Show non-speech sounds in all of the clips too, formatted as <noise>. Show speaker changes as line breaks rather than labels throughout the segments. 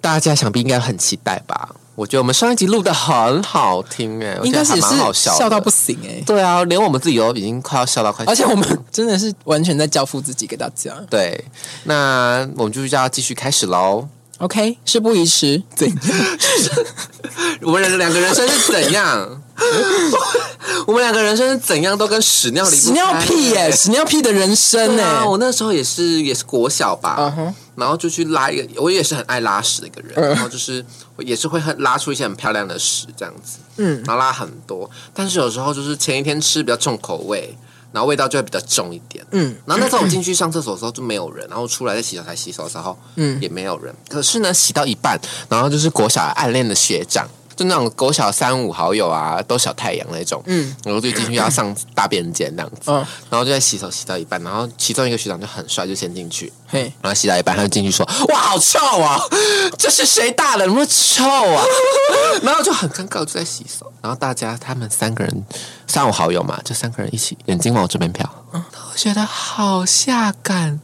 大家想必应该很期待吧？我觉得我们上一集录的很好听哎、我
应
觉
该
得还
是
蛮好
是
笑的，
笑到不行哎、
对啊，连我们自己都已经快要笑到快，
而且我们真的是完全在交付自己给大家。
对，那我们就要继续开始喽。
OK，事不宜迟，怎样？
我们两个两个人生是怎样？ <laughs> 我们两个人生是怎样都跟屎尿离不
屎尿屁耶、
哎、
屎尿屁的人生欸
对
呢、
啊，我那时候也是也是国小吧
嗯哼
然后就去拉一个，我也是很爱拉屎的一个人
嗯
然后就是我也是会很拉出一些很漂亮的屎这样子，
嗯，
然后拉很多，但是有时候就是前一天吃比较重口味，然后味道就会比较重一点，
嗯，
然后那时候我进去上厕所的时候就没有人，然后出来在洗手台洗手的时候，嗯，也没有人，可是呢洗到一半，然后就是国小暗恋的学长。就那种国小三五好友啊，都小太阳那种，嗯，然后就进去要上大便间那样子，
嗯
然后就在洗手洗到一半，然后其中一个学长就很帅，就先进去，
嘿，
然后洗到一半，他就进去说：“哇，好臭啊！这是谁大的那么臭啊？” <laughs> 然后就很尴尬，就在洗手。然后大家他们三个人，三五好友嘛，就三个人一起眼睛往我这边瞟，我觉得好下
<laughs>
感，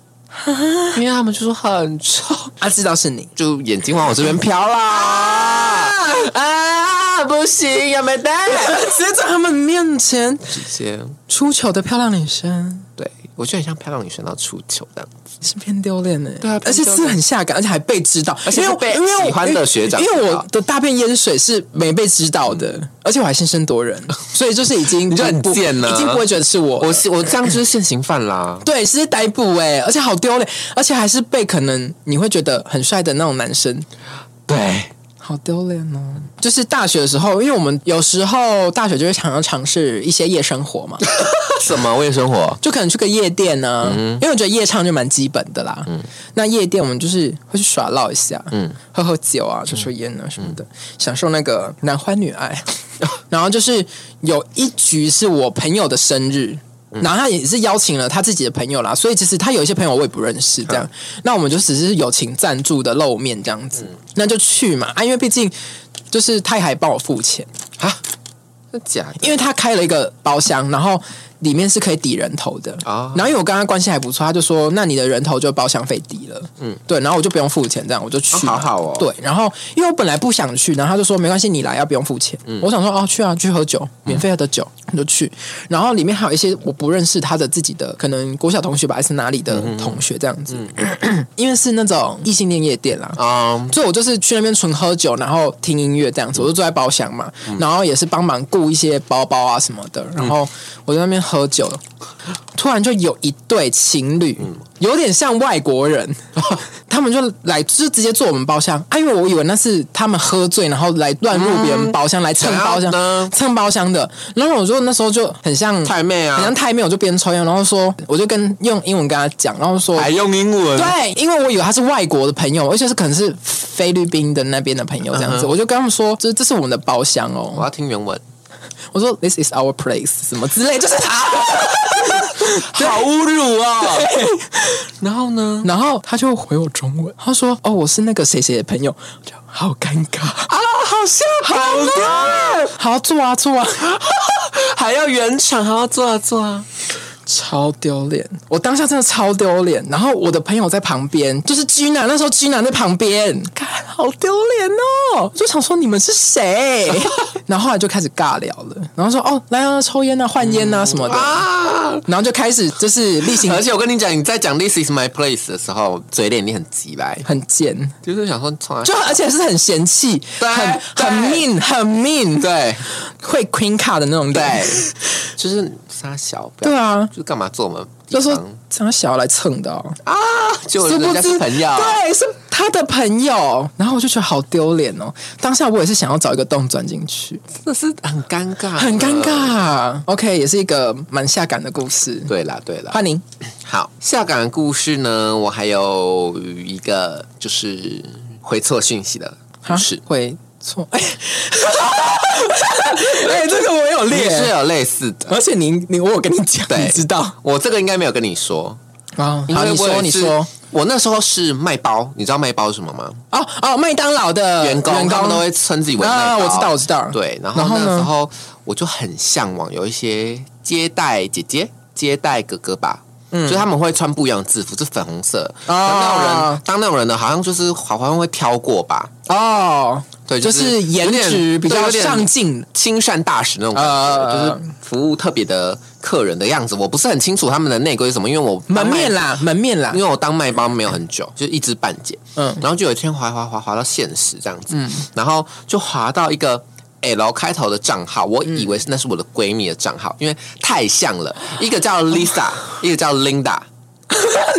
因为他们就说很臭，
啊，知道是你，
就眼睛往我这边瞟啦。啊，不行，要没带，
直接在他们面前
<laughs> 直接
出糗的漂亮女生，
对我觉得很像漂亮女生到出糗这样。
是偏丢脸的。
对啊
而且
偏丢脸
是很下感，而且还被知道，
而且
因
是
为
被
因为我
喜欢的学长
因为
知
我
道
的大便淹水是没被知道的，而且我还先声夺人，所以就是
<laughs>
已经你
嗯就很贱啊
已经不会觉得是我了，
我是我这样就是现行犯啦。
对，是逮捕哎、而且好丢脸，而且还是被可能你会觉得很帅的那种男生，
对，
好丢脸哦。就是大学的时候，因为我们有时候大学就会想要尝试一些夜生
<laughs>
活嘛，
什么夜生活？
就可能去个夜店呢、因为我觉得夜唱就蛮基本的啦。那夜店我们就是会去耍闹一下，嗯，喝喝酒啊，抽抽烟啊什么的，享受那个男欢女爱。 <laughs> 然后就是有一局是我朋友的生日。然后他也是邀请了他自己的朋友啦，所以其实他有一些朋友我也不认识，这样。那我们就只是友情赞助的露面这样子，那就去嘛啊，因为毕竟就是他还帮我付钱，
真假的？
因为他开了一个包厢，然后里面是可以抵人头的
啊
然后因为我跟他关系还不错，他就说：“那你的人头就包厢费抵了。”嗯，对，然后我就不用付钱，这样我就去、
啊好好哦
对，然后因为我本来不想去，然后他就说：“没关系，你来要不用付钱。
嗯
我想说：“哦，去啊，去喝酒，免费喝的酒。嗯我就去。然后里面还有一些我不认识他的自己的，可能国小同学吧，还是哪里的
嗯
同学这样子。 <clears throat> 因为是那种异性恋夜店啦，
嗯，
所以我就是去那边纯喝酒，然后听音乐这样子，我就坐在包厢嘛，
嗯
然后也是帮忙顾一些包包啊什么的，然后我在那边喝酒，突然就有一对情侣，
嗯
有点像外国人， <laughs> 他们就来就直接坐我们包厢，啊，因为我以为那是他们喝醉，然后来乱入别人包厢、来蹭包
怎样呢
厢、蹭包厢的，然后我就那时候就很像
太妹啊
很像太妹，我就边抽烟，然后说，我就跟用英文跟他讲，然后说
还用英文？
对，因为我以为他是外国的朋友，而且是可能是菲律宾的那边的朋友这样子，我就跟他们说，这这是我们的包厢
我
哦，
要听原文，
我说 This is our place 什么之类，就是啊，
好侮辱哦！
然后呢，然后他就回我中文，他说哦，我是那个谁谁的朋友，我就好尴尬啊，好吓人啊，好坐啊坐啊，
还要圆场，还要做啊做啊！
超丢脸，我当下真的超丢脸，然后我的朋友在旁边，就是 Gina，那时候 Gina 在旁边，看好丢脸哦，就想说你们是谁， <laughs> 然后后来就开始尬聊了，然后说哦来啊抽烟啊换烟啊什么的，
啊！
然后就开始就是例行
嗯而且我跟你讲，你在讲 “This is my place” 的时候，嘴脸你很急白，
很贱，
就是想说啊从来
就而且是很嫌弃，
对
很
对
很 mean 很 mean，
对
会 queen 卡的那种
对
人，，
就是撒小，不要
对，啊，
就是干嘛做我们地
就
方？
说张小来蹭的、哦。
啊，就
殊
嗯人
不
家
知
是朋友，
对，是他的朋友。然后我就觉得好丢脸哦，当下我也是想要找一个洞钻进去，
真的啊是很尴尬，
很尴。尬。OK，也是一个蛮下感的故事。
对啦，对啦，
欢迎
好，下岗的故事呢，我还有一个就是回错讯息的故
哈
事。
会错， <laughs> 哎，哎，这个我有
你是
列，
有类似的。
而且你你我有跟你讲，
对
你知道
我这个应该没有跟你说，
啊？
因
好，
为
你
我也
说你
是
说，
我那时候是卖包，你知道卖包是什么吗？
哦哦，麦当劳的
员工
员
他
工
们都会称自己为卖
啊，
包，
我知道我知道，
对，然后
然后
那
呢
时候我就很向往有一些接待姐姐、接待哥哥吧，嗯，就他们会穿不一样的制服，是粉红色。
哦
当那种人，当那种人呢，好像就是好像会飘过吧？
哦，
对，
就是是颜值比较上进，
亲善大使那种感觉，
呃
就是服务特别的客人的样子。我不是很清楚他们的内规是什么，因为我
门面
啦。
啦，门面啦
因，为我当卖帮没有很久，就一知半解。嗯
嗯，
然后就有一天滑滑滑滑到现实这样子，嗯，然后就滑到一个 L 开头的账号，我以
嗯
为是那是我的闺蜜的账号，因为太像了，一个叫 Lisa，一个叫 Linda。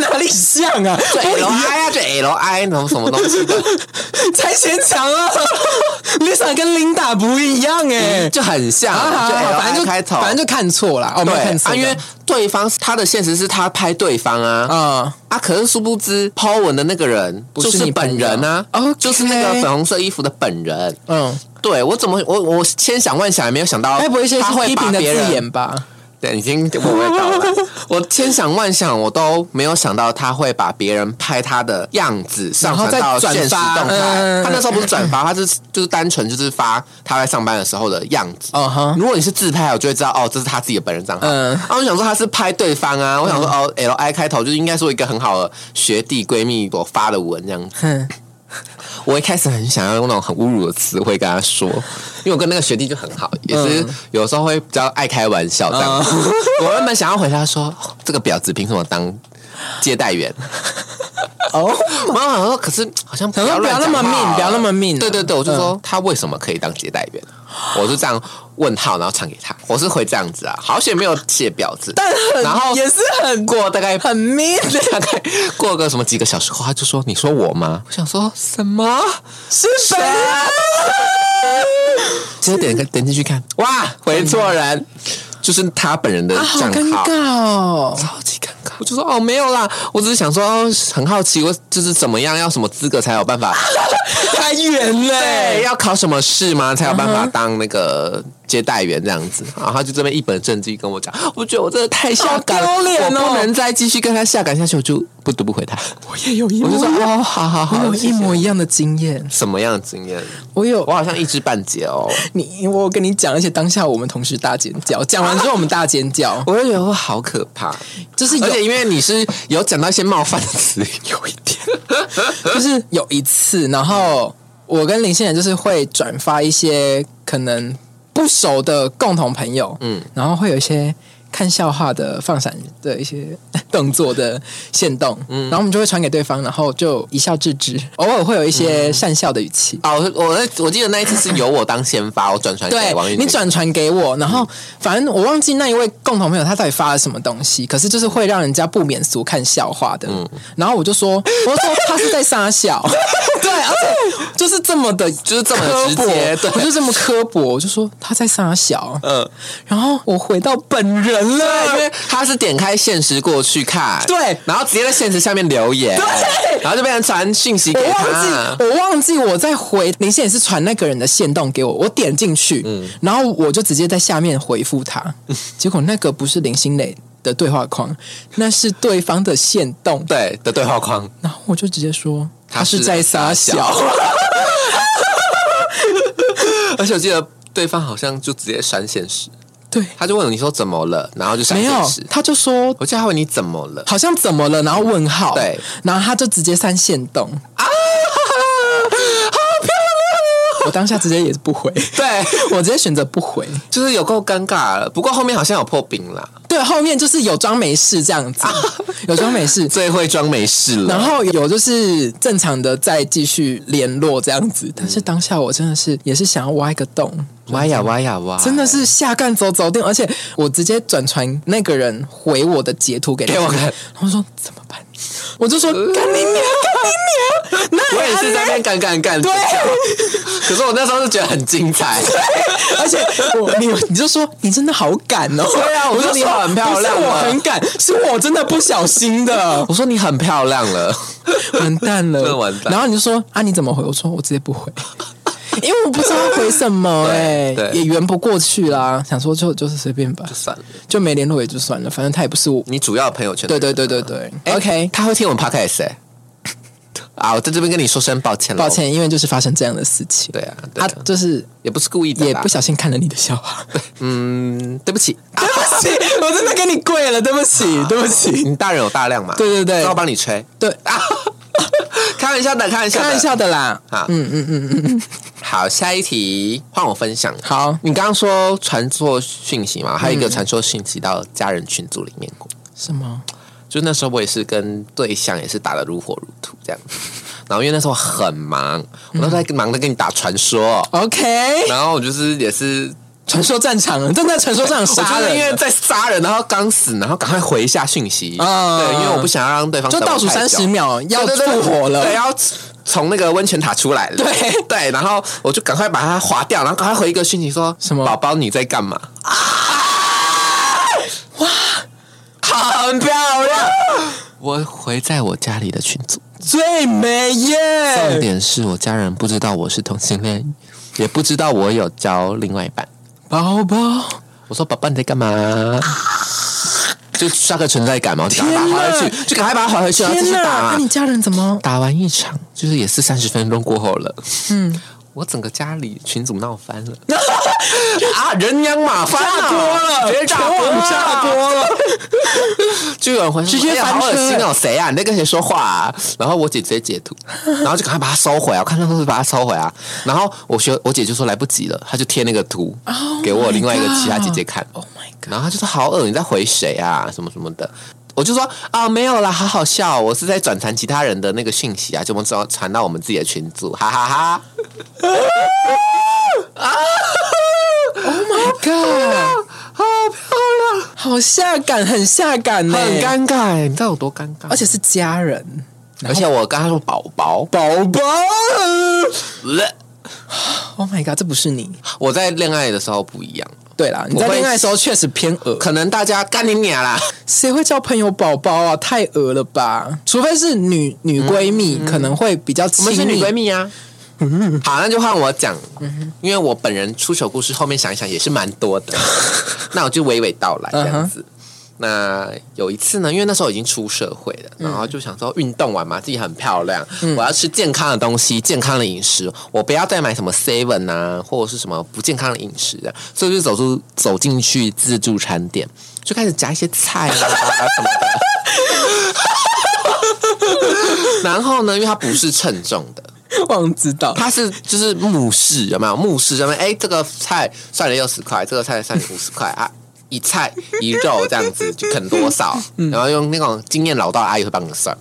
哪里像啊？
就
不
L
一样
I 啊，就 L I 什么什么东西
<laughs>
的，
才显强啊 <laughs> ！Lisa 跟 Linda 不一样哎，
就很像，
啊好
就
好
L
反
I
正就
开头，
反正就看错了，哦，没有看
对
错
啊，
的，
因为对方他的现实是他拍对方啊，
嗯，
啊，可是殊不知抛文的那个人
不
就是是
你
本人啊，
朋友
就是那个
哦 OK
粉红色衣服的本人，
嗯，
对我怎么我我千想万想也没有想到，
该不会是
他会
批
把
评的字
别人？
眼吧？
对，已经我味到了。我千想万想，我都没有想到他会把别人拍他的样子上传
然
到
后再转
现实动
发
态。
嗯
他那时候不是转发，他是就是单纯就是发他在上班的时候的样子。
嗯哼，
如果你是自拍，我就会知道哦，这是他自己的本人账号。嗯
嗯，
然后我想说他是拍对方啊，我想说、哦，L I 开头就是应该说一个很好的学弟闺蜜我发的文这样子。
哼
我一开始很想要用那种很侮辱的词汇跟他说，因为我跟那个学弟就很好，也是
嗯
有时候会比较爱开玩笑这样。 <laughs> 我原本想要回答说，哦这个婊子凭什么当接待员？
<laughs> 哦，
然后我想说，可是好像不
想说不要
乱
那
讲
么
话哦
命，不要那么命，啊
对对对，我就说他为什么可以当接待员？我就这样问号，然后传给他，我是回这样子啊，好险没有写婊子，
但很
然后
也是很
过大概
很 mean 的，
大概过个什么几个小时后，他就说：“你说我
<laughs>
吗？”我想说什么？
是谁？
直接点个点进去看，哇，回错人，就是他本人的
啊，好
账
尴
号，
尬哦！
超级尴尬。我就说哦，没有啦，我只是想说，哦很好奇，我就是怎么样，要什么资格才有办法？
太远
对，
嘞，
要考什么试吗？才有办法当那个接待员这样子？然后他就这边一本正经跟我讲，我觉得我真的太下感了，
好丢脸哦
我不能再继续跟他下感下去，我就不读不回他。 <laughs>
我也有一
我就说
模，
哦，好好
我
好，
有
谢
一
谢
模一样的经验，
什么样的经验？
我有
我好像一知半解哦，
你，我跟你讲，而且当下我们同事大尖叫，讲完之后我们大尖叫，
我就觉得哇，好可怕。
就是有
而且因为你是有讲到一些冒犯的词，有一点，
<laughs> 就是有一次，然后我跟林心然就是会转发一些可能不熟的共同朋友，嗯，然后会有一些看笑话的放闪的一些动作的线动，嗯，然后我们就会传给对方，然后就一笑置之，偶尔会有一些善笑的语气，
<laughs> 哦，我我我记得那一次是由我当先发，我转传给王
对，
玉
你
宁，
转传给我，然
嗯
后反正我忘记那一位共同朋友他到底发了什么东西，可是就是会让人家不免俗看笑话的。
嗯
然后我就说，我就说他是在
<laughs>
撒笑，对，而且就是这么的，就是
这么的直接对
我就这么刻薄，我就说他在撒笑。
嗯，
然后我回到本人
对，因
了，
为他是点开现实过去看，
对
然后直接在现实下面留言，
对
然后就被人传讯息给
我
他
忘。记，我忘记我在回林信也是传那个人的线动给我，我点进去，
嗯
然后我就直接在下面回复
<laughs>
他，结果那个不是林心磊的对话框，那是对方的线动，
对的对话框，
然后我就直接说
他
他
是
是在撒
在
小，
而且我记得对方好像就直接删现实，
<laughs> 对，
他就问你说怎么了，然后就删
没
现
有
实，。
他就说
我记得他问你怎么了，
好像怎么了，然后问号，
对，
然后他就直接删线动啊，好漂亮、我当下直接也是
<laughs>
不回，
<laughs> 对，
我直接选择不回，
就是有够尴尬了。不过后面好像有破冰啦，
对，后面就是有装没事这
<laughs>
样子，有装没事，
最会装没事了
然。后有就是正常的再继续联络这样子，但
嗯
是当下我真的是也是想要挖一个洞，
挖呀挖呀挖，
真的是下干走走定，而且我直接转传那个人回我的截图给他
给我看
然后说怎么办？我就说干你娘，干你娘，那
我也是在那边干干干，对。可是我那时候就觉得很精彩，
而且我你你就说你真的好敢哦，
对啊我说
就
你很漂亮啊
不是我很敢，是我真的不小心的，
我说你很漂亮了， <laughs>
<laughs> 完蛋
真
了，
的完蛋
然后你就说啊，你怎么回？我说我直接不回，因为我不知道回什 <laughs> 么哎、
对对
也圆不过去啦。想说就就是随便吧，
算了，
就没联络也就算了，反正他也不是我。
你主要朋友圈
对对对对对、
哎
o k
他会听我们 podcast 哎， <laughs> 啊，我在这边跟你说声抱歉了，
抱，歉，因为就是发生这样的事情。
对啊，对
他
啊，
就是
也不是故意的啦，
也不小心看了你的笑 <laughs> 话，对
嗯，对不起，
不起，我真的跟你跪了，对不 <laughs> 起，对不起，
你大人有大量嘛，
对对对
那我帮你吹，
对，
开玩笑的，开玩笑的，
开玩笑的啦。
好，嗯嗯嗯嗯，好，下一题换我分享。嗯
好，
你刚刚说传错讯息嘛，还有一个传错讯息到家人群组里面过，
什么？
就那时候我也是跟对象也是打得如火如荼 <laughs> 这样子，然后因为那时候很忙，我都在忙着跟你打传说， <laughs>
OK，
然后我就是也是。
传说战场了，正在 <laughs> 传说战场
我
杀
就是因为
人，
在杀人，然后刚死，然后赶快回一下讯息，
嗯
对，因为我不想要让对方
就
等我
倒数
太
三
久
十秒要
对对对
复活了
对，。要从那个温泉塔出来了，
对
<laughs> 对，然后我就赶快把它划掉，然后赶快回一个讯息说
什么
宝宝你在干嘛？啊！哇， <laughs> 很漂亮！我回在我家里的群组，
最美
重
耶！
点是我家人不知道我是同性恋，也不知道我有交另外一半。
宝宝，
我说：“宝宝，你在干嘛？”就刷个存在感嘛，我就赶快把它
天哪
划回去，就赶快把它划回去，然后继
天
续打、
哪！那哎你家人怎么？
打完一场，就是也是三十分钟过后了，嗯，我整个家里群组闹翻
<laughs>
了，啊，人仰马翻啊
炸锅了
直接炸锅
全网炸
锅了，就有人回
直接
哎呀
翻
好
车
恶心哦，谁啊？你在跟谁说话啊？然后我姐直接
<laughs>
截图，然后就赶快把它收回啊，我看到都是把它收回啊，然后我学我姐就说来不及了，她就贴那个图
Oh
给我另外一个
my
其他姐姐看，
Oh my god！
然后他就说好恶，你在回谁啊？什么什么的。我就说啊，没有啦，好好笑哦，我是在转传其他人的那个讯息啊，就我们只要传到我们自己的群组，哈哈哈
Oh my god！
好漂
好下感，很下感呢，
很，尴尬欸，你知道有多尴尬？
而且是家人，
而且我刚刚说宝宝，
宝宝。
呃
Oh my god！这不是你。
我在恋爱的时候不一样，
对啦，你在
我会
恋爱的时候确实偏恶，
可能大家干你娘啦，
谁会叫朋友宝宝啊？太恶了吧！除非是女女闺蜜，可能会比较
嗯我
亲密。
们是女闺蜜啊。好，那就换我讲，因为我本人出糗故事后面想一想也是蛮多的，那我就娓娓道来这样子。那有一次呢，因为那时候已经出社会了，然后就想说运动完嘛，自己很漂亮，我要吃健康的东西，健康的饮食，我不要再买什么 seven 啊，或者是什么不健康的饮食的，所以我就走出走进去自助餐店，就开始夹一些菜啊什么的。然后呢，因为它不是称重的，
忘知道，
它是就是目视有没有目视上面？哎，这个菜算了六十块，这个菜算了五十块啊。一菜一肉这样子就啃多少，
嗯
然后用那种经验老道的阿姨会帮你算。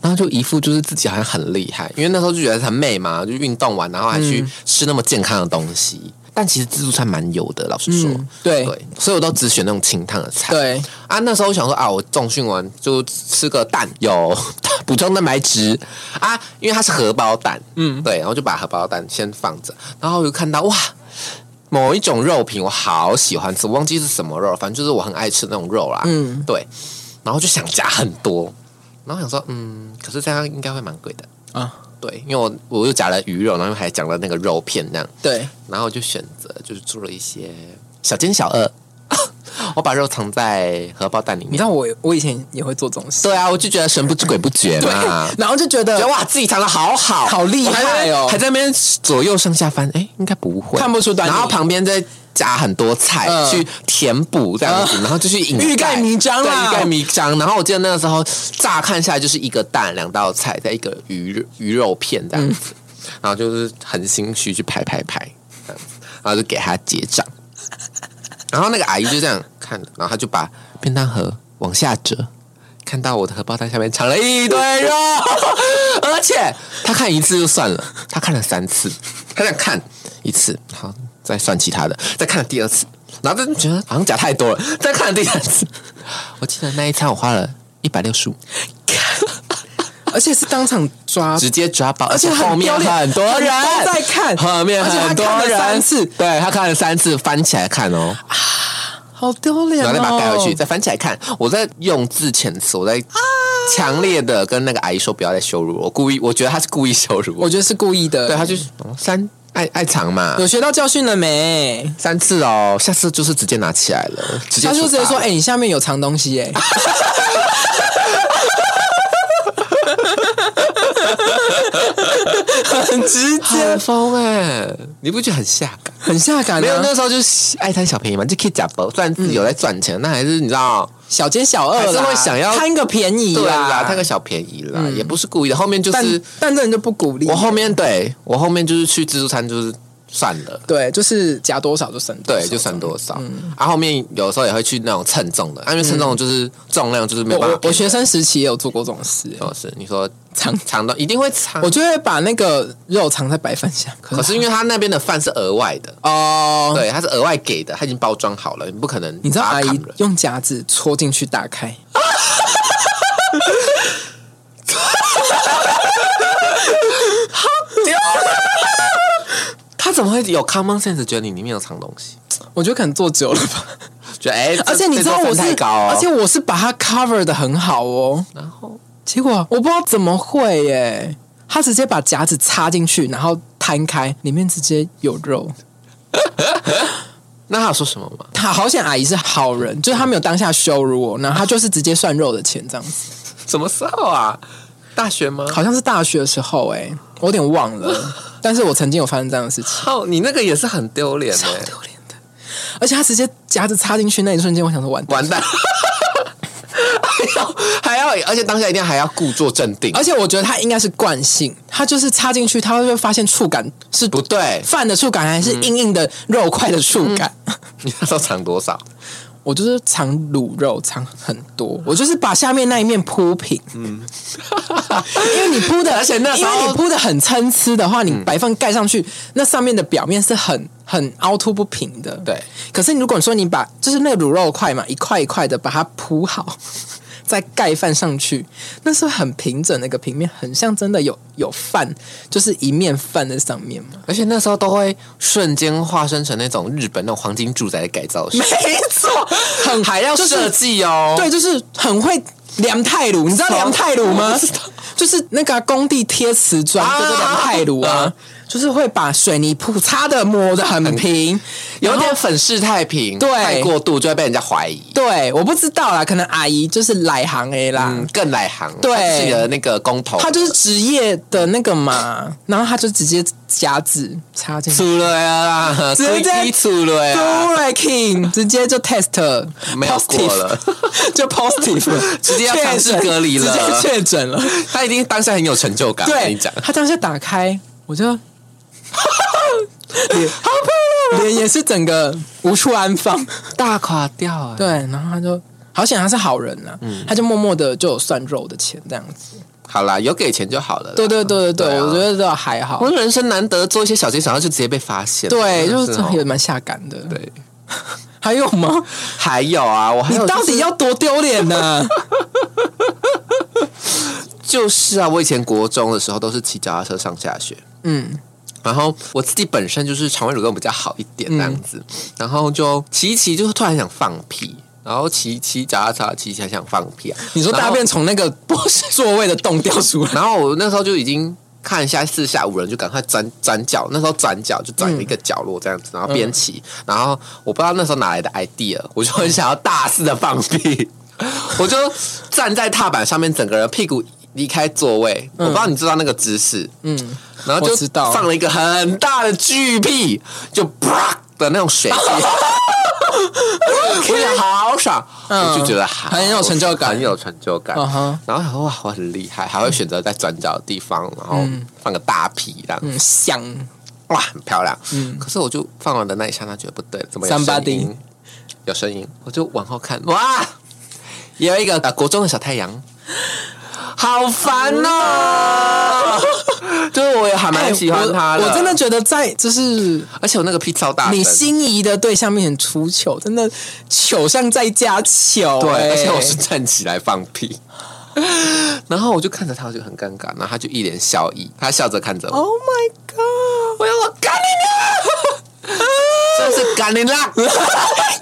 然后就一副就是自己好像很厉害，因为那时候就觉得很美嘛，就运动完然后还去
嗯
吃那么健康的东西。但其实自助餐蛮油的，老实说，
嗯对
对，所以我都只选那种清淡的菜。
对
啊，那时候我想说啊，我重训完就吃个蛋，有 <laughs> 补充蛋白质啊，因为它是荷包蛋，嗯，对，然后就把荷包蛋先放着，然后我就看到哇。某一种肉品我好喜欢吃，我忘记是什么肉了，反正就是我很爱吃那种肉啦。嗯
嗯，
对，然后就想夹很多，然后想说，嗯，可是这样应该会蛮贵的。
啊，
对，因为我我又夹了鱼肉，然后还夹了那个肉片那样，
对，
然后我就选择就是做了一些小煎小饿， <laughs> 我把肉藏在荷包蛋里
你
面
知。道我我以前也会做这种事，
对啊，我就觉得神不知鬼不觉
<laughs>
嘛，
然后就觉
觉得
得
哇自己藏的好好，
好厉害哦
我还在那边还在那边左右上下翻，哎，应该不会
看不出端倪
然后旁边再加很多菜、
嗯
去填补这样子，然后就去引
欲盖弥彰啊
对，
啦
欲盖弥彰。然后我记得那个时候乍看下来就是一个蛋、两道菜，再一个鱼鱼肉片这样
嗯
子，然后就是很心虚去排排排这样子，然后就给他结账。然后那个阿姨就这样看，然后她就把便当盒往下折，看到我的荷包蛋下面藏了一堆肉， <laughs> 而且她看一次就算了，她看了三次，她想看一次，好，再算其他的，再看了第二次，然后她就觉得好像夹太多了，再看了第三次。我记得那一餐我花了一百六十五，
而且是当场抓，
直接抓包，而
而且
后
很
面
丢脸
很多人
很多在看
后面
而且她
很多
看了
人
三次
对她看了三次，翻起来看哦。
好丢脸、哦，
然后再把它盖回去，再翻起来看。我在用字遣词，我在强烈的跟那个阿姨说不要再羞辱我，故意，我觉得她是故意羞辱
我
我。
觉得是故意的。
对，她就是哦三爱爱藏嘛，
有学到教训了没？
三次哦，下次就是直接拿起来了，直接
他就直接
处罚
说：“哎、你下面有藏东西、哎，很直接
很，疯哎、你不觉得很下感？
很下感、啊。
没有，那时候就是爱贪小便宜嘛，就可以假包，虽然自己有在赚钱，那还是你知道，
小奸小恶
还是
啦，
会想要
贪个便宜
嗯对啊嗯啦，贪个
小
小便宜啦，也不是故意的。后面就
但
是
但这人就不鼓励。
我后面对我后面就是去自助餐，就是算了。
对，就是夹多少就省多少，
对，就算多少。
嗯
啊，后面有时候也会去那种称重的，啊因为称重就是重量就是没有
我
办法
嗯我
骗人。
我学生时期也有做过这种事、欸
哦是你说
藏
长的一定会长
我，就会把那个肉藏在白饭下。可
可是因为他那边的饭是额外的，
哦，
对，他是额外给的，他已经包装好了，你不可能
你知道
把它
阿
砍
姨
了
用夹子戳进去打开，
他怎么会有 common sense 觉得你里面有藏东西？
我觉得可能做久了吧。
觉得哎，这
<laughs> 而且你知道
这
我
份
是
太，高哦，
而且我是把它 cover 的很好哦，
然后
结果我不知道怎么会耶，他直接把夹子插进去，然后摊开，里面直接有肉。
那他有说什么吗？
他好险，阿姨是好人，就是他没有当下羞辱我，然后他就是直接算肉的钱这样子。
什么时候啊？大学吗？
好像是大学的时候，哎，我有点忘 <laughs> 了，但是我曾经有发生这样的事情。
靠，你那个也是很丢脸
超
的，
丢脸欸的。而且他直接夹子插进去那一瞬间，我想说完蛋。
完蛋。 <laughs> 还要，还要，而且当下一定还要故作镇定，
而且我觉得他应该是惯性，他就是插进去，他会发现触感是
不对，嗯
饭的触感，还是硬硬的肉块的触感。
<laughs> 你那时候藏多少？
<laughs> 我就是藏卤肉，藏很多，我就是把下面那一面铺平。嗯， <laughs> 因为你铺的，
而且那时
因
候嗯
为你铺的很参差的话，你白饭盖上去，那上面的表面是很很凹凸不平的。
对，
可是如果说你把就是那个卤肉块嘛，一块一块的把它铺好， <laughs> 再盖饭上去，那是很平整的一个平面，很像真的有有饭，就是一面饭在上面 <laughs> 嘛。
而且那时候都会瞬间化身成那种日本那种黄金住宅的改造师，
错，
<laughs>
很
还要
就是
设计哦。
对，就是很会量泰鲁，你知道量泰鲁吗？就是那个啊工地贴瓷砖，
啊
就是量泰鲁啊
啊，
就是会把水泥铺擦的抹的很平，
有
嗯然后
点粉饰太平，
对
太过度就会被人家怀疑。
对，我不知道啦，可能阿姨就是来行 A 啦，
嗯，更来行，
对
他是你的那个工头，
她就是职业的那个嘛，然后她就直接夹子插进去。
出了呀，
直接
推机出了呀，
r a King 直接就 test
啊没有过了
positive，就 <laughs> positive，
直接要强制
确诊
隔离了
直接确诊
<laughs>
了。
他一定当下很有成就感。我跟
对
你讲，，
他当下打开，我
<laughs>
就脸好
啊
漂亮，脸也是整个无处安放。
<laughs> 大垮掉哎，
对，然后他就好显他是好人呐、
嗯
他就默默的就有算肉的钱这样子。
好啦，有给钱就好了啦。
对对对对对，
对啊
我觉得都还好
我。人生难得做一些小奸小恶，就直接被发现了。
对，就
真
是
的
这
哦
也蛮下感的。
对。
<laughs> 还有吗？
还有啊，我还
你
有
到底要多丢
<laughs>
脸呢？
就是啊，我以前国中的时候都是骑脚踏车上下学，
嗯，
然后我自己本身就是肠胃蠕动比较好一点这样子，
嗯
然后就骑一骑，就是突然想放屁，然后骑骑脚踏车骑一骑还想放屁啊，
你说
然
大
后
便从那个座位的洞掉出来，
然后我那时候就已经看一下四下无人，就赶快转转角。那时候转角就转一个角落这样子，然后边骑，然后我不知道那时候哪来的 idea，我就很想要大肆的放屁，我就站在踏板上面，整个人屁股离开座位。我不知道你知道那个姿势，
嗯，
然后
我
就
知道
放了一个很大的巨屁，就啪的那种水屁。我觉得好爽，
嗯
我就觉得好
很有成就感
很有成就感。
嗯哼
然后想说哇，我很厉害，还会选择在转角的地方，然后放个大屁这样，
嗯，香
哇，很漂亮。可是我就放完的那一刹那觉得不对，怎么有
三八
声
丁
音？有声音，我就往后看，哇，也有一个、呃、国中的小太阳。好烦哦！ <laughs> 就是我也还蛮喜欢他
哎
的、
我我真的，觉得在就是
而且我那个屁超大声，
你心仪的对象面前出糗，真的糗上再加糗、
对，
哎
而且我是站起来放屁。 <laughs> 然后我就看着他，我就很尴尬。然后他就一脸笑意，他笑着看着我，
，Oh my God，
我要我哎干你 <laughs> 啦！这是干你 <laughs> 啦！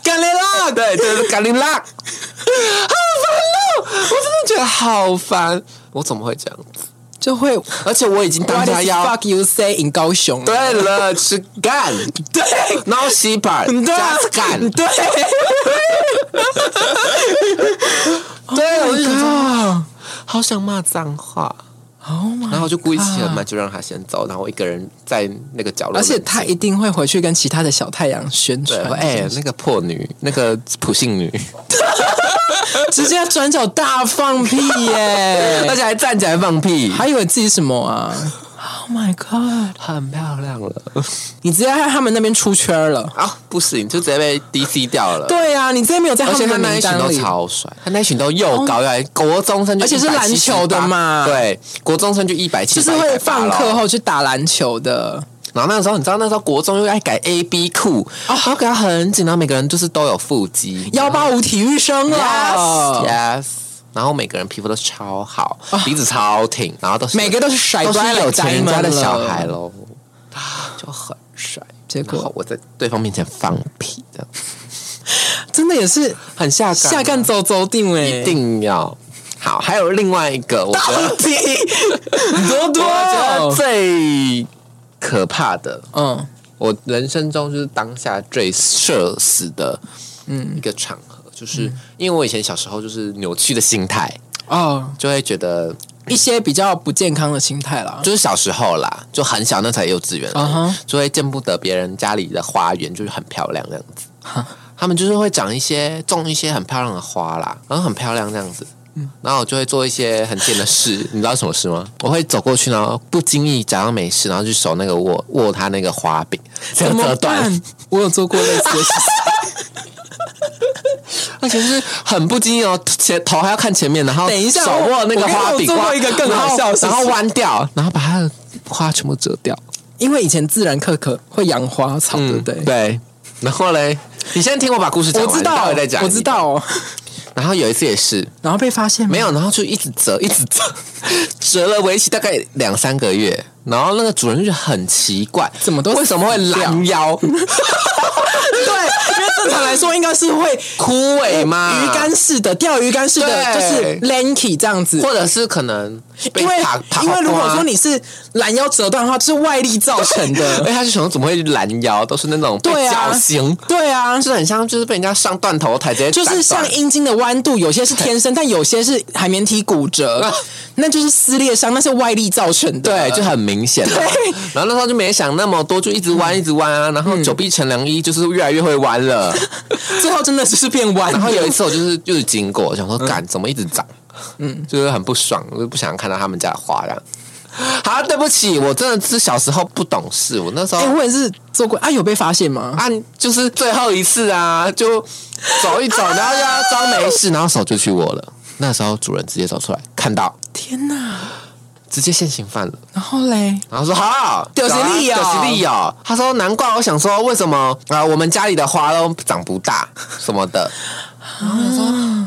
干嘞啦！
对，这是干你啦！好烦哦！我真的觉得好烦，我怎么会这样子？
就会
而且我已经当
What
他
the
要
fuck you say in 高雄？
对了，是干，
对
然后洗 <laughs> 板，
对啊
just 干，
对，
对，我就想说
啊
Oh 好想骂脏话。啊
Oh my！
然后我就故意起了
God
嘛，就让他先走，然后我一个人在那个角落冷
而
静，
且他一定会回去跟其他的小太阳宣
对
传，
我哎、那个破女，那个普信女，
<laughs> 直接转角大放屁耶！
<laughs> 而且哎还站起来放屁，
还以为自己什么啊？Oh my god！
很漂亮了。
你直接在他们那边出圈了。
啊，不行，就直接被 DC 掉了。
对啊，你直接没有在
而
他
且
们
他那
的
一
名
群
单
都
里。哦
超帅，他那一群都又高又矮，国中生就
而且是篮球的
178
嘛
对，国中生就一百七，
就是会放
180
课
咯。
后去打篮球的，
然后那时候你知道，那时候国中又爱改 A B
哦
裤，然后给他很紧，然后每个人就是都有腹肌
幺八五体育生啊
，yes
了，
yes，然后每个人皮肤都超好，鼻子超挺，然后都是
啊每个都是甩
都
拽
是有钱人家的小孩
了，
喽，就很帅。
结
然后
果
我在对方面前放屁的，
真的也是
很下岗啊
下干走走定哎，
一
<laughs>
定要好。还有另外一个，我觉得
到底多
我觉得
多，
最可怕的，
嗯，
我人生中就是当下最社死的，嗯，一个场合，就是因为我以前小时候就是扭曲的心态，
哦，
就会觉得
一些比较不健康的心态啦。
就是小时候啦，就很小那才幼稚园而已
啊哈
就会见不得别人家里的花园就是很漂亮这样
<laughs>
子。他们就是会长一些种一些很漂亮的花啦，然后很漂亮这样子。
嗯
然后我就会做一些很贱的事，你知道什么事吗？我会走过去，然后不经意假装没事，然后去手那个握握他那个花柄，这样折断。？
我有做过类似
<laughs>
的事情，
而且是很不经意哦，前头还要看前面，然后
等一下
手握那个花
我跟
柄，
你说我做过一个更好笑的事情
然后然后弯掉，然后把它的花全部折掉。
因为以前自然课可会养花草，对不哦对？
对。然后嘞，你先听我把故事嗯啊讲
我
完，
知
你待
道
会再，讲。
我知。道哦，
然后有一次也是
然后被发现
没有，然后就一直折， <laughs> 一直折，折了为期大概两三个月。然后那个主人就觉得很奇怪，
怎么都
为什么会拦
<laughs>
腰
对，因为正常来说应该是会
枯萎吗？
鱼竿式的钓鱼竿式的，就
对
是 lanky 这样子。
或者是可能被
因为
爬爬
因为如果
光
说你是拦腰折断的话，这是外力造成
哎， <laughs>
的。
他就想说怎么会拦腰，都是那种被
对啊
绞刑，
对啊，
就是很像就是被人家上断头台，直接
就是
斩断
像阴茎的弯度，有些是
<laughs>
天生，但有些是海绵体骨折，那就是撕裂伤，那是外力造成的。
对，就很明显了。然后那时候就没想那么多，就一直弯，一直弯啊。然后
嗯
久必乘凉一就是越来越会弯了。
<laughs> 最后真的就是变弯。
然后有一次我就是就是经过，我想说，干怎么一直长？嗯，就是很不爽，我就不想看到他们家的花这样。好，对不起，我真的是小时候不懂事，我那时候、
<laughs> 哎、我也是做过啊，有被发现吗？
啊，就是最后一次啊，就走一走，然后又要装没事，然后手就去握了。那时候主人直接走出来，看到
天哪！
直接现行犯了。
然后嘞，
然后说好，
就是你哦
有实力哦。他说难怪，我想说为什么啊、我们家里的花都长不大什么的。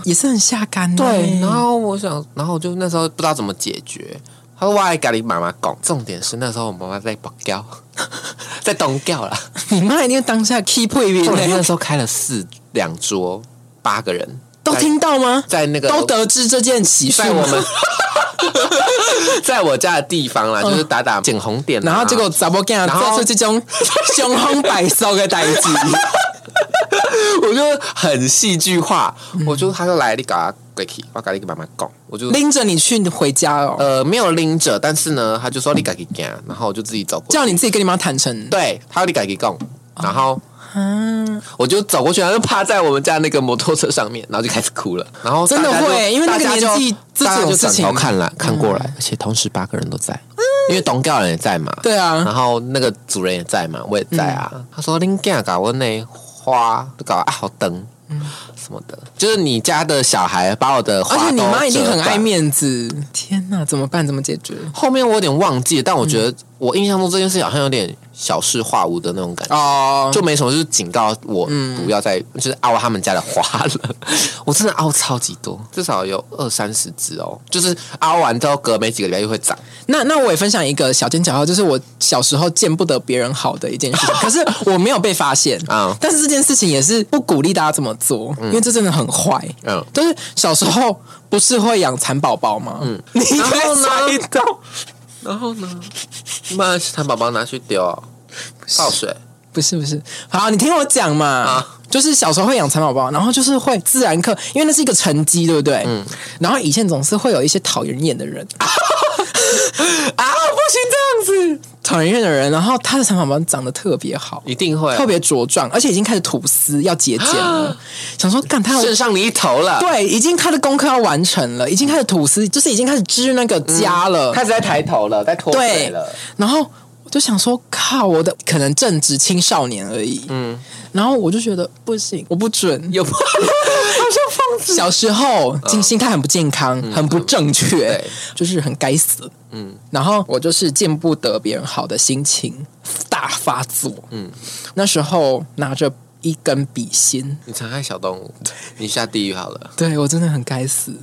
也是很下啊肝的、
然后我想，然后我就那时候不知道怎么解决。他说我还跟你妈妈讲，重点是那时候我妈妈在北掉， <laughs> 在东掉了。
你妈一定当下 keep 会晕
重点是那
嘞，
时候开了四两桌，八个人
都听到吗？
在那个
都得知这件喜事
在
吗
我们。 <laughs> 在我家的地方啦，就是打打捡红点啊、
然后结果查某囝
后
做出
<laughs>
这种雄风百收的代志，
我就很戏剧化，我就他就来你搞鬼去，我嗯搞你给妈妈讲，我就
拎着你去回家哦，
呃没有拎着，但是呢，他就说你自己讲，然后我就自己走过去，
叫你自己跟你妈坦诚。
对，他说你自己讲，然后。我就走过去，然后就趴在我们家那个摩托车上面，然后就开始哭了。然后
真的
大家就
会因为那个
大家就
年纪这
大家
种
就
事情嗯
转头看来看过来，而且同时八个人都在，因为董教人也在嘛，
对啊嗯
然后那个主人也在嘛，我也在啊。他说：“恁囝搞我那花搞啊好灯，什么的，就是你家的小孩把我的花，
嗯而且你妈一定很爱。”面子。天哪，怎么办？怎么解决？
后面我有点忘记，但我觉得
嗯
我印象中这件事好像有点小事化无的那种感觉。
哦，
就没什么，就是警告我不要再、就是凹他们家的花了。 <laughs> 我真的凹超级多，至少有二三十只哦。就是凹完之后，隔没几个礼拜又会长。
那那我也分享一个小尖角号，就是我小时候见不得别人好的一件事 <laughs> 情，可是我没有被发现
啊
啊。但是这件事情也是不鼓励大家这么做，因为这真的很坏。
嗯
嗯，就是小时候不是会养蚕宝宝吗？嗯，你应
然后
该
呢
猜到，
然后呢，把蚕宝宝拿去丢、哦，泡水。
不是不是，好，你听我讲嘛。
啊
就是小时候会养蚕宝宝，然后就是会自然课，因为啊那是一个成绩，对不对？嗯。然后以前总是会有一些讨人厌的人，
不行这样子，
讨人厌的人，然后他的长发包长得特别好，
一定会啊
特别茁壮，而且已经开始吐丝要节俭了，想说干他要
剩上你一头了。
对，已经他的功课要完成了，已经开始吐丝，就是已经开始织那个家了。
开始在抬头了，在脱
对，然后我就想说，靠，我的可能正值青少年而已，嗯，然后我就觉得不行，我不准。
有好像放
小时候，心心态很不健康，很不正确，就是很该死。嗯，然后我就是见不得别人好的心情大发作。嗯，那时候拿着一根笔芯，
<laughs> 你残害小动物，你下地狱好了。
对我真的很该死。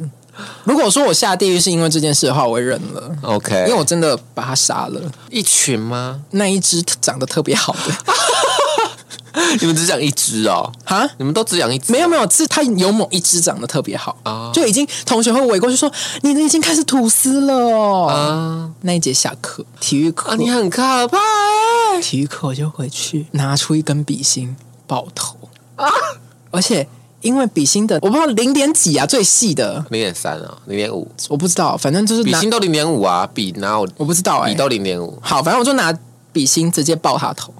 如果说我下地狱是因为这件事的话，我会认了，
OK，
因为我真的把他杀了。
一群吗？
那一只长得特别好 <laughs> 的
你们只养一只哦？
啊，
你们都只养一只？
没有没有，是它有某一只长得特别好，
哦
就已经同学会围过去说你已经开始吐丝了哦。
啊
那一节下课，体育课，
啊！你很可怕欸
体育课我就回去拿出一根笔芯爆头啊！而且因为笔芯的我不知道零点几啊，最细的
零点三啊，零点五，
我不知道，反正就是
比
拿
心都零点五啊，比哪有？
我不知道哎、
比都零点五，
好，反正我就拿笔芯直接爆他头。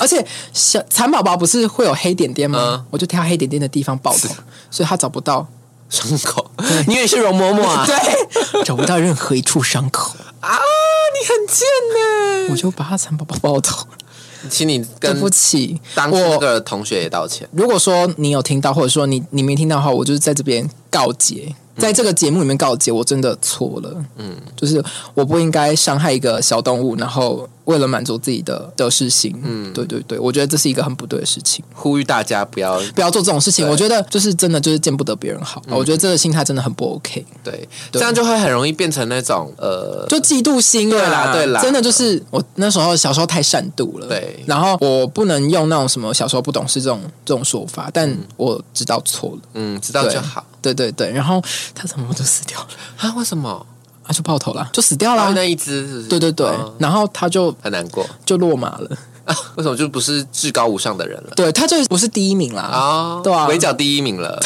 而且小蚕宝宝不是会有黑点点吗？
嗯
我就挑黑点点的地方爆头，所以他找不到，
伤
<laughs>
口。你也是容嬷嬷啊？
哎对， <laughs> 找不到任何一处伤口，
啊，你很贱呢、
我就把他蚕宝宝爆头。 <laughs>
请你
对
跟
不起，
当初那
我
个同学也道歉。
如果说你有听到，或者说你你没听到的话，我就是在这边告诫，在这个节目里面告诫，我真的错了，嗯，就是我不应该伤害一个小动物，然后为了满足自己的得失心，嗯，对对对，我觉得这是一个很不对的事情。
呼吁大家不要
不要做这种事情。我觉得就是真的就是见不得别人好，我觉得这个心态真的很不 OK，
对，这样就会很容易变成那种呃，
就嫉妒心、啊。
对啦对啦
真的就是我那时候小时候太善妒了，
对
然后我不能用那种什么小时候不懂事这种这种说法，但我知道错了，
嗯，知道
对
就好
对对对，然后他怎么就死掉了？
啊。为什么？
他就爆头了，就死掉
然后
了。
那一只是不是
啊对对对，
哦
然后他就
很难过
就落马了，
啊。为什么就不是至高无上的人了？
对他就不是第一名啦。
啊，
对啊
围剿第一名
<laughs>
了，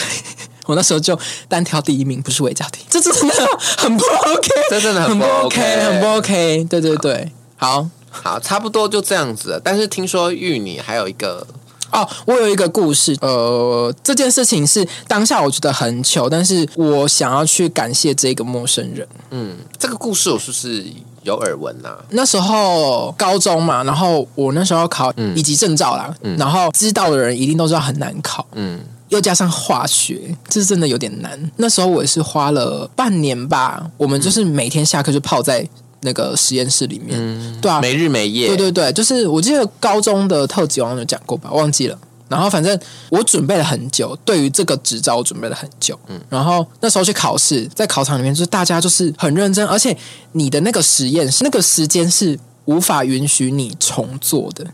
我那时候就单挑第一名，不是围剿第一，这真的 <laughs> 很不 OK，
这真的很
很
不 OK
OK，很不 OK，对对对，好。
好，差不多就这样子了。但是听说玉你还有一个，
哦，我有一个故事，呃，这件事情是当下我觉得很糗，但是我想要去感谢这个陌生人。
嗯，这个故事我是不是有耳闻啊呐、
那时候高中嘛，然后我那时候考以及证照啦，然后知道的人一定都知道很难考，
嗯，
又加上化学，这真的有点难。那时候我也是花了半年吧，我们就是每天下课就泡在那个实验室里面，对啊，
没日没夜，
对对对，就是我记得高中的特辑好像有讲过吧，忘记了。然后反正我准备了很久，对于这个执照我准备了很久。嗯，然后那时候去考试，在考场里面就是大家就是很认真，而且你的那个实验是那个时间是无法允许你重做的。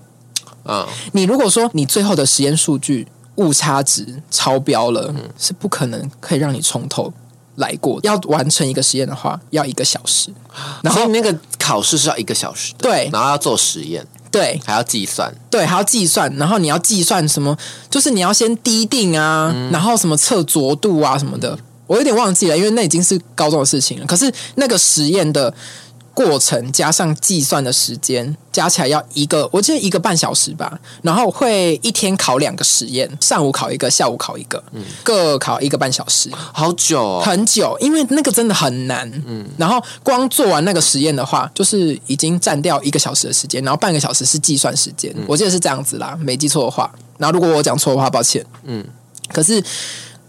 嗯，
你如果说你最后的实验数据误差值超标了，是不可能可以让你从头来过。要完成一个实验的话，要一个小时。然
所以
后
那个考试是要一个小时的，
对
然后要做实验，
对，
还要计算，
对，还要计算，然后你要计算什么？就是你要先滴定啊，然后什么测浊度啊什么的，我有点忘记了，因为那已经是高中的事情了。可是那个实验的过程加上计算的时间，加起来要一个，我记得一个半小时吧。然后会一天考两个实验，上午考一个，下午考一个，各考一个半小时。
好久、哦，
很久，因为那个真的很难。嗯，然后光做完那个实验的话，就是已经占掉一个小时的时间，然后半个小时是计算时间，我记得是这样子啦，没记错的话。然后如果我讲错的话，抱歉。嗯，可是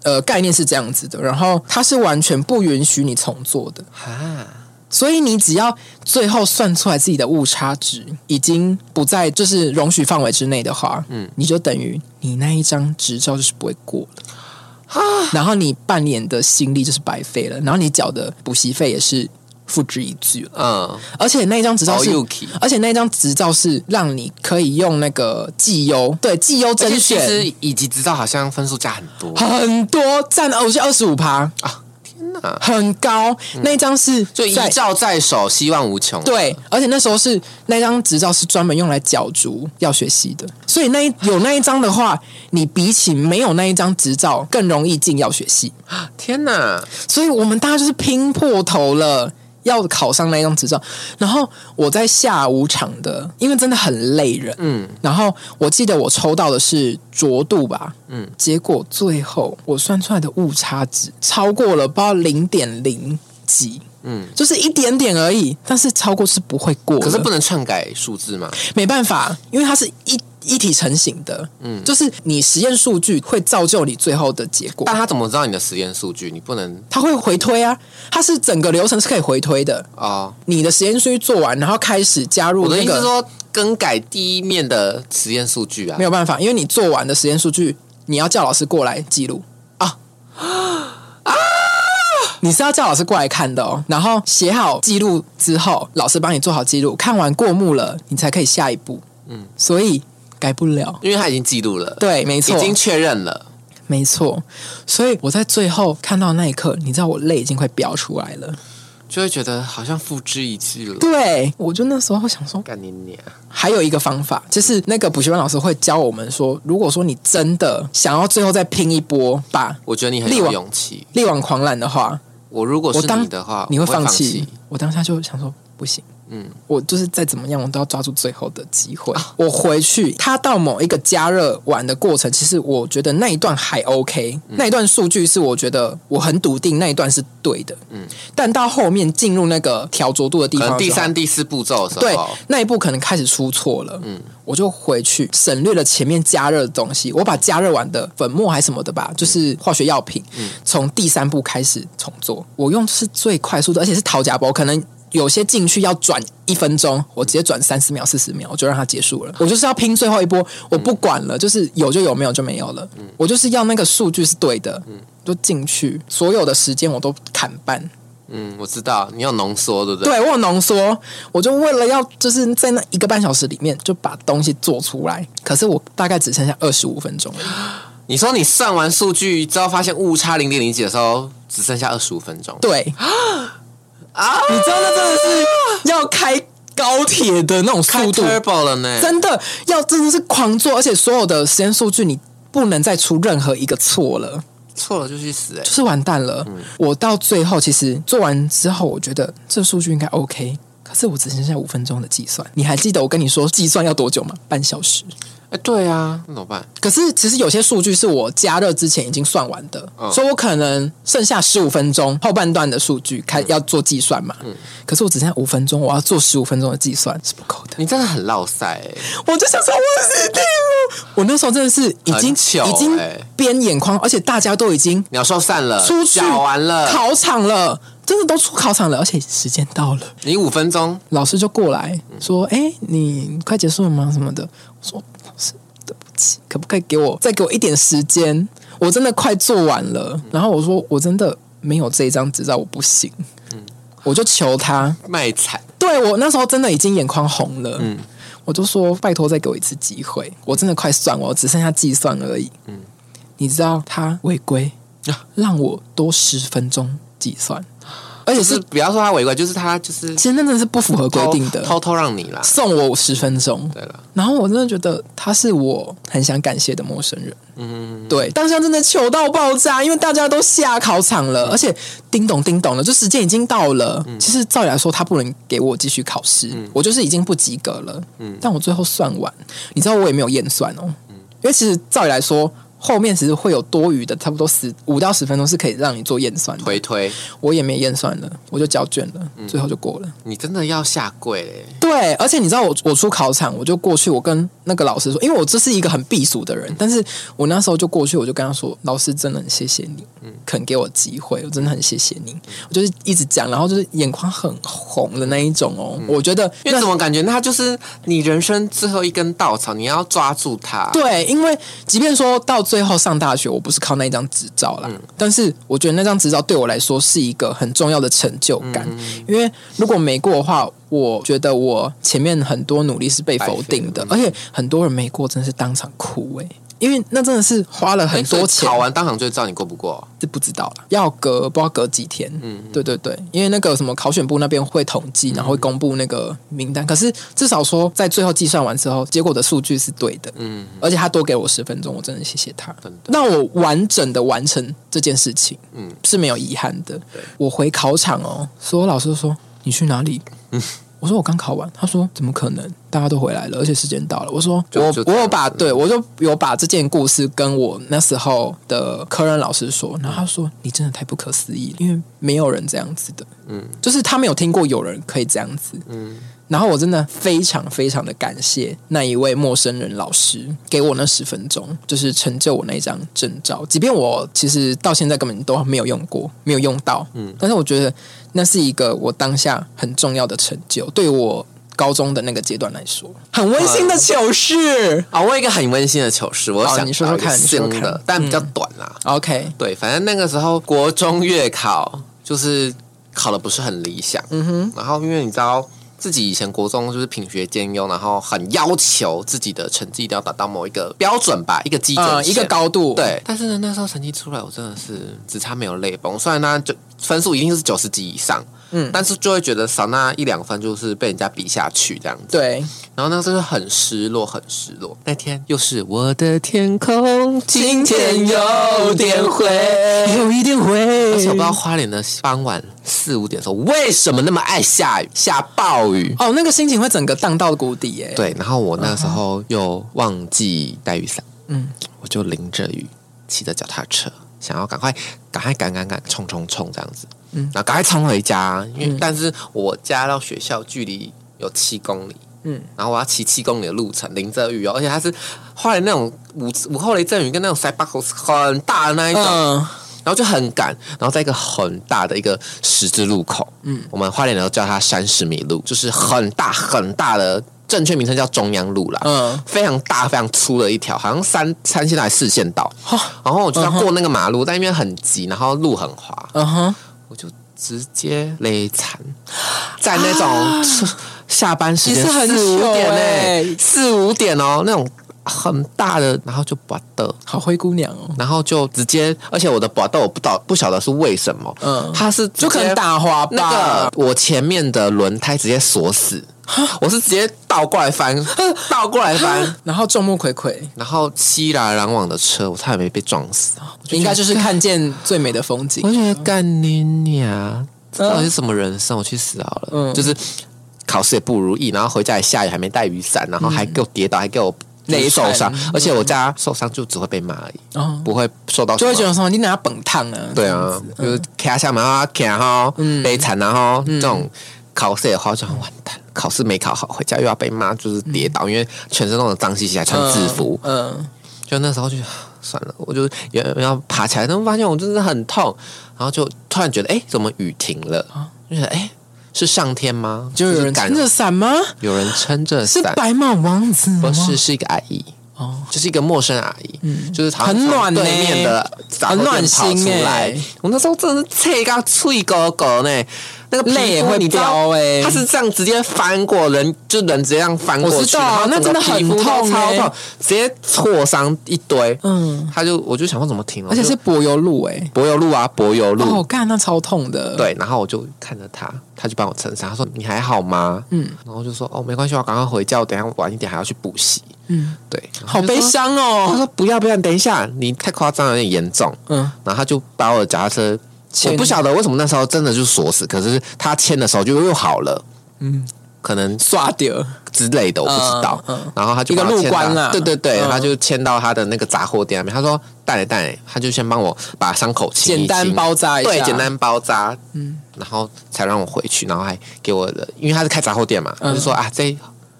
呃，概念是这样子的，然后它是完全不允许你重做的，
啊，
所以你只要最后算出来自己的误差值已经不在就是容许范围之内的话，嗯，你就等于你那一张执照就是不会过了。然后你半年的心力就是白费了，然后你缴的补习费也是付之一炬了。
嗯，
而且那一张执照是
好 yuki，
而且那一张执照是让你可以用那个绩优，对绩优
而且
甄
其
选
实以及执照好像分数加很多
很多，占我是二十五趴，
啊，天哪，
很高。那一张是
嗯就一
在
照在手，希望无穷，，
对，而且那时候是那张执照是专门用来角逐要学习的，所以那一有那一张的话，你比起没有那一张执照更容易进药学系，
天哪，
所以我们大家就是拼破头了。要考上那一张执照。然后我在下午场的，因为真的很累人，嗯。然后我记得我抽到的是浊度吧，嗯。结果最后我算出来的误差值超过了，不知道零点零几，嗯，就是一点点而已。但是超过是不会过的，
可是不能篡改数字嘛？
没办法，因为它是一一体成型的，嗯，就是你实验数据会造就你最后的结果
但。他怎么知道你的实验数据？你不能
它会回推啊，它是整个流程是可以回推的。
哦。
你的实验数据做完，然后开始加入
我的
那
意思是
个，
说，更改第一面的实验数据啊
没。有办法，因为你做完的实验数据，你要叫老师过来记录 <gasps> 啊啊！你是要叫老师过来看的哦，然后写好记录之后，老师帮你做好记录，看完过目了，你才可以下一步。嗯，所以改不了。
因为他已经记录了，，
对，没错，
已经确认了。
没错。所以我在最后看到那一刻，你知道我泪已经快飙出来了。
就会觉得好像付之一炬了。
对，我就那时候想说，
干你娘！
还有一个方法，就是那个补习班老师会教我们说，如果说你真的想要最后再拼一波，把
我觉得你很
力
有
挽
勇气。
力挽狂澜的话，
我如果是
我当
你的话，
你
我
会
放
放弃。。我当下就想说，不行。嗯，我就是再怎么样，我都要抓住最后的机会。我回去，他到某一个加热完的过程，其实我觉得那一段还 OK，、那一段数据是我觉得我很笃定那一段是对的。嗯，但到后面进入那个调浊度的地
可
方的时
能
候，
第三、第四步骤的时
对
候，，
那一步可能开始出错了，嗯，我就回去省略了前面加热的东西，我把加热完的粉末还什么的吧，就是化学药品，从第三步开始重做。我用是最快速的，而且是陶夹包，可能。有些进去要转一分钟，我直接转三十秒、四十秒，我就让它结束了。我就是要拼最后一波，我不管了，就是有就有，没有就没有了。我就是要那个数据是对的，就进去，所有的时间我都砍半，
嗯，我知道你要浓缩，对不对？
对我有浓缩，我就为了要就是在那一个半小时里面就把东西做出来，可是我大概只剩下二十五分钟了。
你说你算完数据之后发现误差零点零几的时候，只剩下二十五分钟。 <gasps>
对啊，你知道那真的是要开高铁的那种
开
速度，
turbo 了呢，
真的要真的是狂做，而且所有的实验数据你不能再出任何一个错了。
错了就去死哎、
就是完蛋了。我到最后其实做完之后，我觉得这数据应该 OK，可是我只剩下五分钟的计算。你还记得我跟你说计算要多久吗？半小时。
哎、对啊，那怎么办？
可是其实有些数据是我加热之前已经算完的，
嗯
所以我可能剩下十五分钟后半段的数据开、要做计算嘛。
嗯
可是我只剩下五分钟，我要做十五分钟的计算是不够的。
你真的很落塞、欸，
<laughs> 我就想说，我死定了！哦我那时候真的是已经、
很糗
已经
欸
编眼眶，而且大家都已经
鸟兽散了，
出去
搅呃完了，
考场了，真的都出考场了，而且时间到了，
你五分钟
老师就过来说：“哎、你快结束了吗？什么的？”我说：“老师，对不起，可不可以给我再给我一点时间？我真的快做完了。”然后我说：“我真的没有这一张执照，我不行。”我就求他，
卖惨，
对我那时候真的已经眼眶红了，我就说拜托再给我一次机会，我真的快算完，我只剩下计算而已，你知道他违规，让我多十分钟计算，而且
就是
是
不要说他违规，就是他就是
其实那真的是不符合规
偷
定的，
偷偷让你啦。
送我十分钟，
对了，
然后我真的觉得他是我很想感谢的陌生人，嗯，对，当下真的糗到爆炸，因为大家都下考场了，而且叮咚叮咚了，就时间已经到了。其实照理来说，他不能给我继续考试，我就是已经不及格了。嗯，但我最后算完，你知道我也没有验算哦，因为其实照理来说。后面其实会有多余的，差不多十五到十分钟是可以让你做验算的。
回推，
我也没验算了，我就交卷了，最后就过了。
你真的要下跪欸嘞、
对，而且你知道我我出考场，我就过去，我跟那个老师说，因为我这是一个很避暑的人，但是我那时候就过去，我就跟他说，老师真的很谢谢你，肯给我机会，我真的很谢谢你。我就是一直讲，然后就是眼眶很红的那一种哦，我觉得
因为
那
怎么感觉那就是你人生最后一根稻草，你要抓住它。
对，因为即便说到最后上大学，我不是靠那一张执照啦，但是我觉得那张执照对我来说是一个很重要的成就感，因为如果没过的话，我觉得我前面很多努力是被否定的，而且很多人没过，真是当场哭诶、因为那真的是花了很
哎，所以
多钱
考，完当场就知道你过不过。
是不知道了，要隔不知道隔几天。嗯，对对对，因为那个什么考选部那边会统计，然后会公布那个名单。可是至少说，在最后计算完之后，结果的数据是对的。嗯，而且他多给我十分钟，我真的谢谢他
真的。
那我完整的完成这件事情，嗯，是没有遗憾的。我回考场哦，所有老师都说。你你去哪里？”我说：“我刚考完。”他说：“怎么可能？大家都回来了，而且时间到了。”我说：“
就
我
就这
我
样
有把对我就有把这件故事跟我那时候的科任老师说，然后他说：‘你真的太不可思议了，因为没有人这样子的。’嗯，就是他没有听过有人可以这样子。嗯。”然后我真的非常非常的感谢那一位陌生人老师给我那十分钟，就是成就我那一张证照。即便我其实到现在根本都没有用过，没有用到，嗯，但是我觉得那是一个我当下很重要的成就，对我高中的那个阶段来说，很温馨的糗事。
啊、我有一个很温馨的糗事，我
好
想
你说说
到一个
看你说说
新
看
的，但比较短啦、
OK，
对，反正那个时候国中月考就是考的不是很理想，嗯
呃
哼。然后因为你知道自己以前国中就是品学兼优，然后很要求自己的成绩一定要达到某一个标准吧，嗯一个基准线、
呃，一个高度，
对，但是呢，那时候成绩出来，我真的是只差没有泪崩。虽然呢，就分数一定是九十几以上，嗯，但是就会觉得少那一两分就是被人家比下去这样子。
对，
然后那时候就很失落，很失落。那天又是我的天空，今天有点灰。
有一点灰，
而且我不知道花莲的傍晚四五点的时候，为什么那么爱下雨，下暴雨？
哦，那个心情会整个荡到谷底耶。
对，然后我那时候又忘记带雨伞，
嗯
嗯，我就淋着雨骑着脚踏车，想要赶快赶快赶赶赶冲冲冲这样子，嗯，然后赶快冲回家，因为、但是我家到学校距离有七公里。
嗯
嗯，然后我要骑七公里的路程，淋着雨哦，而且它是花莲那种午午后雷阵雨跟那种塞巴口很大的那一种，
嗯，
然后就很赶，然后在一个很大的一个十字路口，嗯，我们花莲人都叫它三十米路，就是很大很大的，正确名称叫中央路啦，
嗯
嗯，非常大非常粗的一条，好像三三线道还是四线道，然后我就要过那个马路，但因为很急，然后路很滑，
嗯哼，
我就直接勒惨，在那种下班时
啊也
间
是很
四五
糗
点
欸
欸四五点哦，那种很大的，然后就把的。
好灰姑娘哦，
然后就直接，而且我的宝豆我不道不晓得是为什么，
嗯
嗯，它是
就可能
打
打滑
那
吧
个。我前面的轮胎直接锁死，我是直接倒过来
<laughs>
翻，倒过来翻，
然后众目睽睽，
<laughs> 然后熙来攘往的车，我差点没被撞死，
应该就是看见最美的风景
我。觉得干你娘，这到底是什么人生？我去死好了，
嗯
就是考试也不如意，然后回家也下雨，还没带雨伞，然后还
嗯
给我跌倒，还给我。
累
受伤
惨，
而且我家受伤就只会被骂而已，
哦
不会受到什
就
么
会觉得说你哪本烫啊？
对
这
啊
样子，嗯
就是卡下门啊，卡哈，悲惨啊哈，这种考试也好，就很完蛋，考试没考好，回家又要被骂，就是跌倒，因为全身弄得脏兮兮，还穿制服，
嗯，
就那时候就算了，我就原本要爬起来，但发现我真的很痛，然后就突然觉得，哎，怎么雨停了？就觉得，哎，是上天吗？
啊就有人
感
撑，着伞吗？
有人撑着
是
伞，
白马王子吗？
不是，是一个阿姨。
嗯哦，嗯
就是一个陌生阿姨，就是她
很
从
暖呢
对面的杂货店
很暖心
跑出
欸
来。我那时候真的是脆到脆狗狗呢，那个
泪也会飙欸
哎，她是这样直接翻过人，就人直接这样翻过去，
我知道
然后
那真的
整个
很
皮肤都
痛
超
欸
痛，直接挫伤一堆。
嗯
嗯，她就我就想说怎么停了，
而且
我
是
就
柏油路哎，
柏油路啊，柏油路。
哦，干那超痛的。，
对，然后我就看着她，她就帮我撑伞，她说你还好吗？嗯，然后我就说哦没关系，我赶快回家，我等一下晚一点还要去补习。嗯，对，然后她
好
就
悲
说
伤
他
哦。
说不要不要，你等一下，你太夸张了，有点严重。
嗯，
然后他就把我的脚踏车，
牵
我不晓得为什么那时候真的就锁死，可是他牵的时候就又好了。嗯。可能
刷掉，
之类的，我不知道。
嗯嗯
然后他就
一个
把我
路
牵到
关啦
对对对，
嗯
他就牵到他的那个杂货店那边。他说：“带来带来。”他就先帮我把伤口清一清
简单包扎一下，
对，简单包扎，嗯，然后才让我回去，然后还给我的，因为他是开杂货店嘛，他就说啊，这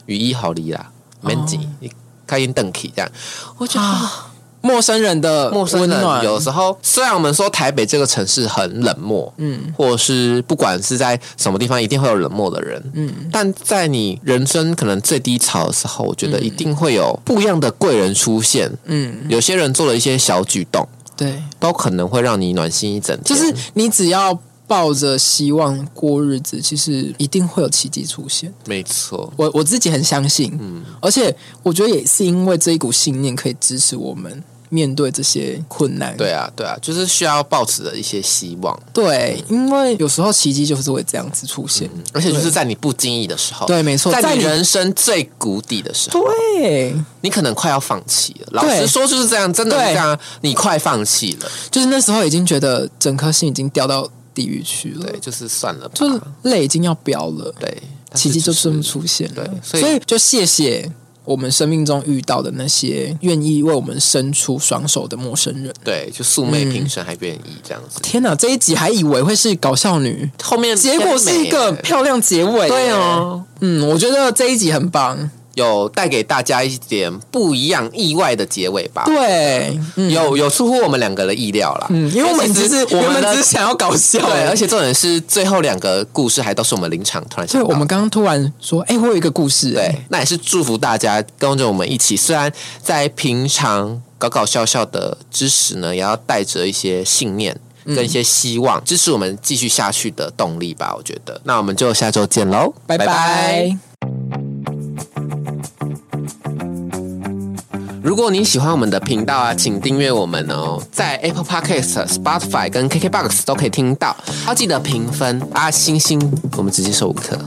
雨衣好离啦，没紧，你开眼等起这样。我觉得
啊。陌生人的
陌生
温
人
暖，
有时候，虽然我们说台北这个城市很冷漠，嗯，或者是不管是在什么地方，一定会有冷漠的人，嗯，但在你人生可能最低潮的时候，我觉得一定会有不一样的贵人出现，
嗯，
有些人做了一些小举动，
对，
都可能会让你暖心一整天，
就是你只要抱着希望过日子，其实一定会有奇迹出现。
没错，
我我自己很相信，
嗯
而且我觉得也是因为这一股信念可以支持我们面对这些困难。
对啊，对啊，就是需要抱持的一些希望，
对因为有时候奇迹就是会这样子出现。
而且就是在你不经意的时候，
对，没错，
嗯在
在
你
你
人生最谷底的时候，
对，
你可能快要放弃了。老
对
实说就是这样，真的是
对
这样，你快放弃了。
就是那时候已经觉得整颗心已经掉到地狱去了，
对，啊就是算了吧，
嗯就泪已经要飙了，
对，但是
奇迹就这么
是
出现了。
对所
所
以
以就谢谢我们生命中遇到的那些愿意为我们伸出双手的陌生人。
对，就素昧平生还愿意这样子。
天哪，这一集还以为会是搞笑女，
后面
嗯结果是一个
偏美
漂亮结尾。
对，哦，
嗯，我觉得这一集很棒。
有带给大家一点不一样、意外的结尾吧。
对，嗯
有有出乎我们两个的意料啦，哎
嗯，因为我们只是
我
我
们
们只是
的
想要搞笑，
对，而且重点是最后两个故事还都是我们临场突然想
对
到
我们刚刚突然说，哎，我有一个故事，哎
对，那也是祝福大家跟着我们一起，虽然在平常搞搞笑笑的知识呢，也要带着一些信念
嗯
跟一些希望，支持我们继续下去的动力吧。我觉得，那我们就下周见喽，
拜拜。
如果你喜欢我们的频道啊，请订阅我们哦，在 Apple Podcast、Spotify 跟 KKBox 都可以听到。要记得评分啊，星星，我们直接收五颗。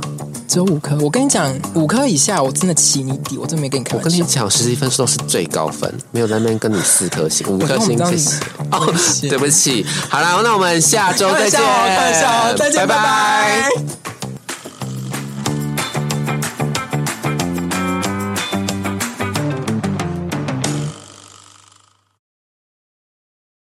只有五颗，我跟你讲，五颗以下我真的起你底，我真没跟你开
我
玩
跟你
笑。
讲，实际分数都是最高分，没有在那边跟你四颗星、五颗
我
星，
跟我
谢
们
谢。
这样
哦，对不起，好啦，那我们下周再见，
开玩笑哦开玩笑哦再见，
拜
拜
拜
拜